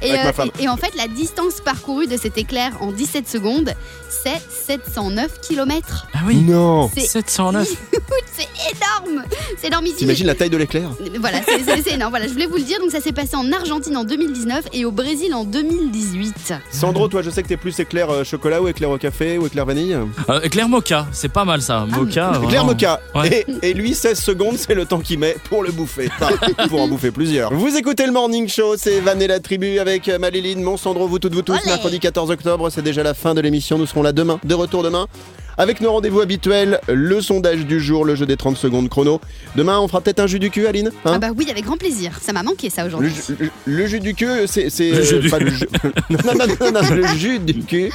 Speaker 3: Et, euh,
Speaker 2: Avec ma femme.
Speaker 3: et- et en fait, la distance parcourue de cet éclair en 17 secondes, c'est 709 km.
Speaker 4: ah oui.
Speaker 2: Non.
Speaker 3: C'est
Speaker 4: 709.
Speaker 3: c'est énorme. C'est énorme ici.
Speaker 2: T'imagines la taille de l'éclair
Speaker 3: Voilà, c'est- c'est c'est énorme. Voilà, je voulais vous le dire. Donc ça s'est passé en Argentine en 2019 et au Brésil en 2018.
Speaker 2: Sandro, toi je sais que t'es plus éclair euh, chocolat ou éclair au café ou éclair vanille.
Speaker 4: Euh, éclair mocha, c'est pas mal
Speaker 3: Ah,
Speaker 4: ça. Mocha.
Speaker 2: Éclair
Speaker 4: vraiment.
Speaker 2: mocha.
Speaker 4: Ouais.
Speaker 2: Et, et lui 16 secondes c'est le temps qu'il met pour le bouffer. Enfin, pour en bouffer plusieurs. Vous écoutez le morning show, c'est Van et la tribu avec euh, Maléline, mon Sandro, vous toutes, vous tous.
Speaker 3: Olé.
Speaker 2: Mercredi 14 octobre, c'est déjà la fin de l'émission. Nous serons là demain, de retour demain. Avec nos rendez-vous habituels, le sondage du jour, le jeu des 30 secondes chrono. Demain, on fera peut-être un jus du cul, Aline hein
Speaker 3: ah bah oui, avec grand plaisir. Ça m'a manqué ça
Speaker 2: Le,
Speaker 3: aujourd'hui.
Speaker 2: ju- le- le jus du cul, c'est. c'est,
Speaker 4: Le
Speaker 2: euh,
Speaker 4: jus du-
Speaker 2: pas le jus- non, non, non, non, non, le jus du cul,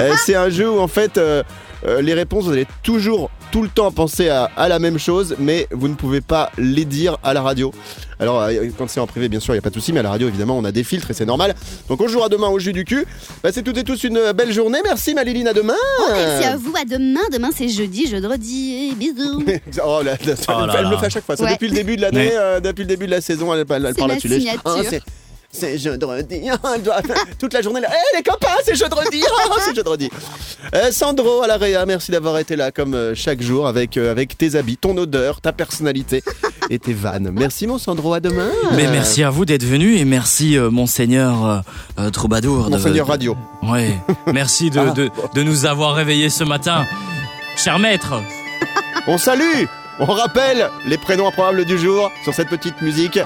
Speaker 2: euh, c'est un jeu où en fait. euh, euh, les réponses, vous allez toujours, tout le temps penser à, à la même chose, mais vous ne pouvez pas les dire à la radio. Alors, euh, quand c'est en privé, bien sûr, il n'y a pas de souci, mais à la radio, évidemment, on a des filtres et c'est normal. Donc, on jouera demain au jus du cul. Bah, c'est toutes et tous une belle journée. Merci, Maliline, à demain. euh,
Speaker 3: Merci à vous. À demain. Demain c'est jeudi, jeudi. Et bisous.
Speaker 2: Oh, la- la- ça-
Speaker 4: Oh là
Speaker 2: elle me le
Speaker 4: là.
Speaker 2: fait à chaque fois. C'est
Speaker 3: Ouais.
Speaker 2: depuis le début de l'année,
Speaker 4: Ouais.
Speaker 2: euh, depuis le début de la saison, elle, parle- elle
Speaker 3: C'est
Speaker 2: parle
Speaker 3: ma
Speaker 2: là-dessus. Les-
Speaker 3: signature.
Speaker 2: Ah, c'est- c'est jeudi. Elle doit- Toute la journée, là. Hé, les copains, c'est jeudi. Ah, c'est jeudi. Euh, Sandro à la réa, merci d'avoir été là comme euh, chaque jour avec, euh, avec tes habits, ton odeur, ta personnalité et tes vannes. Merci, mon Sandro. À demain.
Speaker 4: Mais merci à vous d'être venu et merci euh, monseigneur euh, euh, Troubadour. de-
Speaker 2: Monseigneur Ah.
Speaker 4: de-
Speaker 2: Radio.
Speaker 4: Ouais. Merci de, de, de nous avoir réveillés ce matin. Cher maître,
Speaker 2: On salue, on rappelle les prénoms improbables du jour sur cette petite musique.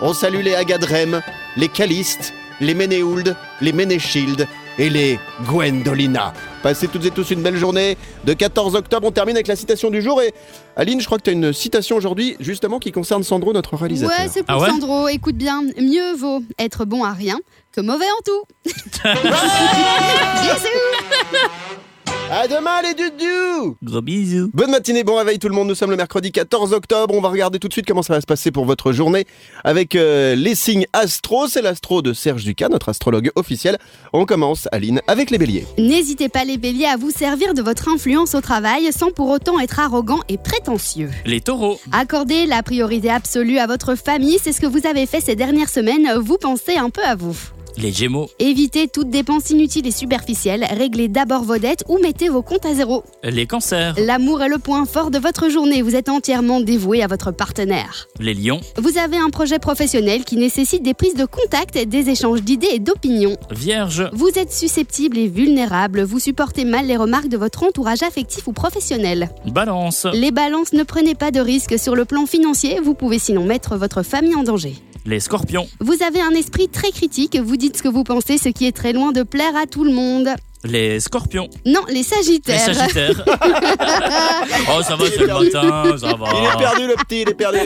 Speaker 2: On salue les Agadrem, les Calistes, les Ménéould, les Ménéchild et les Gwendolina. Passez toutes et tous une belle journée. De 14 octobre, on termine avec la citation du jour. Et Aline, je crois que tu as une citation aujourd'hui, justement, qui concerne Sandro, notre réalisateur.
Speaker 3: Ouais, c'est pour
Speaker 4: Ah ouais
Speaker 3: Sandro. Écoute bien, mieux vaut être bon à rien que mauvais en tout. Bisous.
Speaker 2: À demain les dudous
Speaker 4: Gros bisous.
Speaker 2: Bonne matinée, bon réveil tout le monde. Nous sommes le mercredi 14 octobre. On va regarder tout de suite comment ça va se passer pour votre journée avec euh, les signes astro. C'est l'astro de Serge Ducas, notre astrologue officiel. On commence, Aline, avec les béliers.
Speaker 3: N'hésitez pas les béliers à vous servir de votre influence au travail sans pour autant être arrogant et prétentieux.
Speaker 4: Les taureaux.
Speaker 3: Accordez la priorité absolue à votre famille, c'est ce que vous avez fait ces dernières semaines, vous pensez un peu à vous.
Speaker 4: Les gémeaux.
Speaker 3: Évitez toute dépense inutile et superficielle, réglez d'abord vos dettes ou mettez vos comptes à zéro.
Speaker 4: Les cancers.
Speaker 3: L'amour est le point fort de votre journée, vous êtes entièrement dévoué à votre partenaire.
Speaker 4: Les lions.
Speaker 3: Vous avez un projet professionnel qui nécessite des prises de contact, des échanges d'idées et d'opinions.
Speaker 4: Vierge.
Speaker 3: Vous êtes susceptible et vulnérable, vous supportez mal les remarques de votre entourage affectif ou professionnel.
Speaker 4: Balance.
Speaker 3: Les balances, ne prenez pas de risques sur le plan financier, vous pouvez sinon mettre votre famille en danger.
Speaker 4: Les scorpions.
Speaker 3: Vous avez un esprit très critique, vous dites ce que vous pensez, ce qui est très loin de plaire à tout le monde.
Speaker 4: Les scorpions.
Speaker 3: Non, les
Speaker 4: Les
Speaker 3: sagittaires.
Speaker 4: sagittaires. oh, ça va, c'est le matin,
Speaker 2: Il
Speaker 4: ça
Speaker 2: est
Speaker 4: va.
Speaker 2: perdu le petit, il est perdu.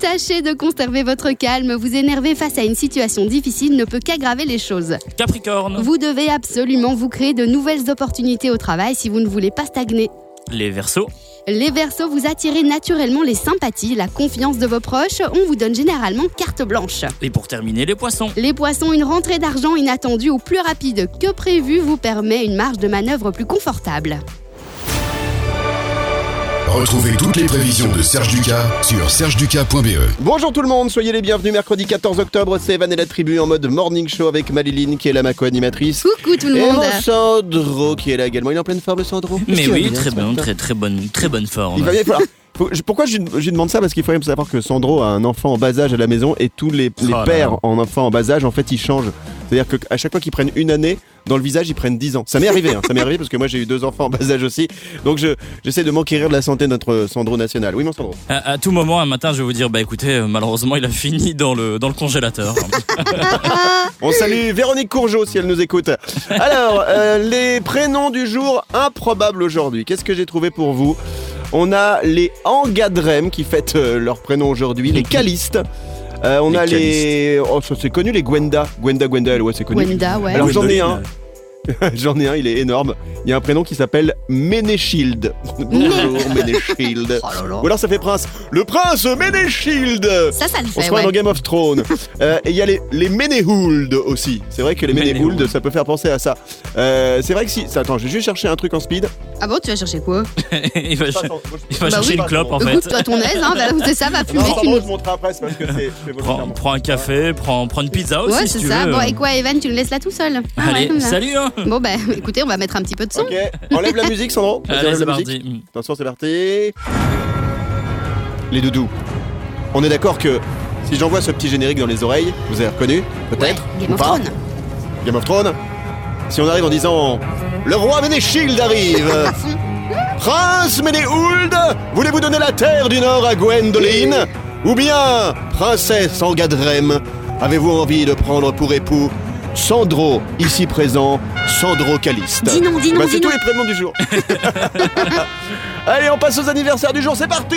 Speaker 3: Tâchez de conserver votre calme, vous énerver face à une situation difficile ne peut qu'aggraver les choses.
Speaker 4: Capricorne.
Speaker 3: Vous devez absolument vous créer de nouvelles opportunités au travail si vous ne voulez pas stagner.
Speaker 4: Les versos.
Speaker 3: Les Verseaux, vous attirez naturellement les sympathies, la confiance de vos proches, on vous donne généralement carte blanche.
Speaker 4: Et pour terminer, les poissons.
Speaker 3: Les poissons, une rentrée d'argent inattendue ou plus rapide que prévu vous permet une marge de manœuvre plus confortable.
Speaker 7: Retrouvez toutes les prévisions de Serge Ducas sur sergeducas.be.
Speaker 2: Bonjour tout le monde, soyez les bienvenus. Mercredi 14 octobre, c'est Evan et la tribu en mode morning show avec Maliline qui est là, ma co-animatrice.
Speaker 3: Coucou tout le
Speaker 2: Et
Speaker 3: monde
Speaker 2: mon Sandro qui est là également. Il est en pleine forme, le Sandro. Est-ce
Speaker 4: Mais
Speaker 2: qu'il va
Speaker 4: oui,
Speaker 2: bien,
Speaker 4: très
Speaker 2: ce
Speaker 4: bonne,
Speaker 2: matin
Speaker 4: très très bonne, très bonne
Speaker 2: Il va
Speaker 4: forme.
Speaker 2: bien, voilà. Faut- je- Pourquoi je lui je lui demande ça Parce qu'il faut quand même savoir que Sandro a un enfant en bas âge à la maison et tous les, les
Speaker 4: Oh là
Speaker 2: pères
Speaker 4: là.
Speaker 2: en enfant en bas âge, en fait, ils changent. C'est-à-dire qu'à chaque fois qu'ils prennent une année, dans le visage, ils prennent 10 ans. Ça m'est arrivé, hein, ça m'est arrivé parce que moi j'ai eu deux enfants en bas âge aussi. Donc je- j'essaie de m'enquérir de la santé de notre Sandro national. Oui, mon Sandro.
Speaker 4: À, à tout moment, un matin, je vais vous dire, bah écoutez, euh, malheureusement, il a fini dans le, dans le congélateur.
Speaker 2: On salue Véronique Courgeot si elle nous écoute. Alors, euh, les prénoms du jour improbables aujourd'hui. Qu'est-ce que j'ai trouvé pour vous On a les Angadrem qui fêtent euh, leur prénom aujourd'hui, les Calistes. Euh, on
Speaker 4: Les
Speaker 2: a les. Oh, ça c'est connu, les Gwenda. Gwenda, Gwenda, elle, ouais, c'est connu.
Speaker 3: Wenda, ouais.
Speaker 2: Alors, j'en ai un. J'en ai un, il est énorme. Il y a un prénom qui s'appelle Ménéchild. Bonjour, Ménéchild.
Speaker 3: Oh là là.
Speaker 2: Ou alors ça fait prince. Le prince Ménéchild
Speaker 3: Ça, ça
Speaker 2: on
Speaker 3: le
Speaker 2: se
Speaker 3: fait,
Speaker 2: croit
Speaker 3: Eh
Speaker 2: dans
Speaker 3: ouais.
Speaker 2: Game of Thrones. Euh, et il y a les, les Ménéhould aussi. C'est vrai que les
Speaker 4: Ménéhould.
Speaker 2: Ménéhould, ça peut faire penser à ça. Euh, c'est vrai que si. Attends, j'ai juste cherché un truc en speed.
Speaker 3: Ah bon, tu vas chercher quoi
Speaker 4: il va, ch- il va
Speaker 3: Bah
Speaker 4: chercher
Speaker 3: oui.
Speaker 4: une clope en fait.
Speaker 3: Écoute-toi ton aise, hein, bah, c'est ça, va
Speaker 2: Non,
Speaker 3: fumer. tu
Speaker 2: pardon,
Speaker 3: nous-
Speaker 2: je montre après, c'est parce que c'est. c'est
Speaker 4: Prends,
Speaker 2: volontairement.
Speaker 4: prends un café, prends, prends une pizza aussi
Speaker 3: Ouais,
Speaker 4: Oh, si
Speaker 3: c'est
Speaker 4: tu
Speaker 3: ça.
Speaker 4: veux. hein.
Speaker 3: Bon, et quoi, Evan, tu le laisses là tout seul Ah ouais,
Speaker 4: Allez,
Speaker 3: comme ça.
Speaker 4: salut hein.
Speaker 3: Bon, bah écoutez, on va mettre un petit peu de son.
Speaker 2: Ok, enlève la musique, Sandro. Vas-y,
Speaker 4: Allez,
Speaker 2: enlève
Speaker 4: c'est
Speaker 2: la musique.
Speaker 4: parti.
Speaker 2: Attention, c'est parti. Les doudous. On est d'accord que si j'envoie ce petit générique dans les oreilles, vous avez reconnu Peut-être
Speaker 3: Game
Speaker 2: ou
Speaker 3: of
Speaker 2: pas
Speaker 3: Thrones.
Speaker 2: Game of Thrones. Si on arrive en disant Le roi Ménéchild arrive
Speaker 3: À fond.
Speaker 2: Prince Ménéhould, voulez-vous donner la terre du Nord à Gwendoline Ou bien, princesse Angadrem, avez-vous envie de prendre pour époux Sandro, ici présent, Sandro Caliste
Speaker 3: Dis non, dis non,
Speaker 2: Bah,
Speaker 3: dis
Speaker 2: C'est tous
Speaker 3: non.
Speaker 2: les prénoms du jour. Allez, on passe aux anniversaires du jour, c'est parti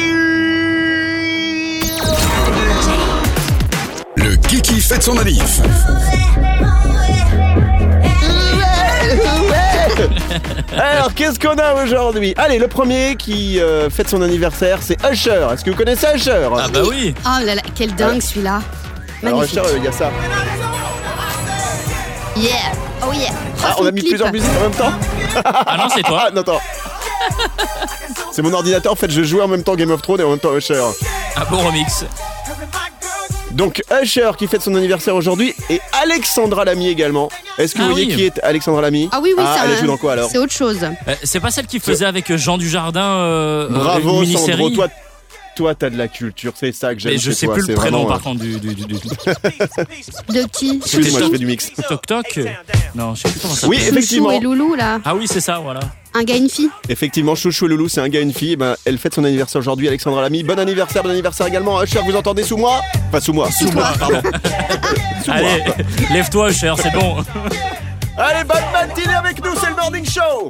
Speaker 7: Le Kiki fête son manif.
Speaker 2: Alors, qu'est-ce qu'on a aujourd'hui Allez, le premier qui euh, fête son anniversaire, c'est Usher. Est-ce que vous connaissez Usher
Speaker 4: Ah bah oui.
Speaker 3: Oh là là, quel dingue celui-là.
Speaker 2: Alors,
Speaker 3: Magnifique.
Speaker 2: Usher, il y a ça.
Speaker 3: Yeah. Oh yeah.
Speaker 2: euh, Ah, on a mis plusieurs musiques en même temps
Speaker 4: Ah non, c'est toi.
Speaker 2: Ah, non, attends. C'est mon ordinateur, en fait, je jouais en même temps Game of Thrones et en même temps Usher.
Speaker 4: Un beau remix.
Speaker 2: Donc, Usher qui fête son anniversaire aujourd'hui et Alexandra Lamy également. Est-ce que vous
Speaker 4: Ah
Speaker 2: voyez
Speaker 4: oui.
Speaker 2: qui est Alexandra Lamy
Speaker 3: Ah oui, oui, ça.
Speaker 2: Elle joue dans quoi alors
Speaker 3: C'est autre chose.
Speaker 4: Euh, C'est pas celle qui faisait avec Jean Dujardin euh,
Speaker 2: Bravo,
Speaker 4: une mini-série
Speaker 2: Sandro. Toi, toi, t'as de la culture, c'est ça que j'aime.
Speaker 4: Mais je
Speaker 2: chez
Speaker 4: sais
Speaker 2: toi,
Speaker 4: plus le
Speaker 2: c'est
Speaker 4: prénom
Speaker 2: vraiment- euh,
Speaker 4: par contre du, du, du, du- du-
Speaker 3: De qui
Speaker 2: Excuse-moi, je fais du mix.
Speaker 4: Toc Toc. Non, je sais plus comment ça
Speaker 2: Oui,
Speaker 4: s'appelle.
Speaker 2: effectivement.
Speaker 3: Chouchou et Loulou, là.
Speaker 4: Ah oui, c'est ça, voilà.
Speaker 3: Un gars, une fille.
Speaker 2: Effectivement, Chouchou et Loulou, c'est un gars et une fille. Et ben, elle fête son anniversaire aujourd'hui, Alexandra Lamy. Bon anniversaire, bon anniversaire également. à Usher, vous entendez sous moi Pas sous moi, sous moi, pardon. sous moi.
Speaker 4: Allez, lève-toi, cher, c'est bon.
Speaker 2: Allez, bonne matinée avec nous, c'est le Morning Show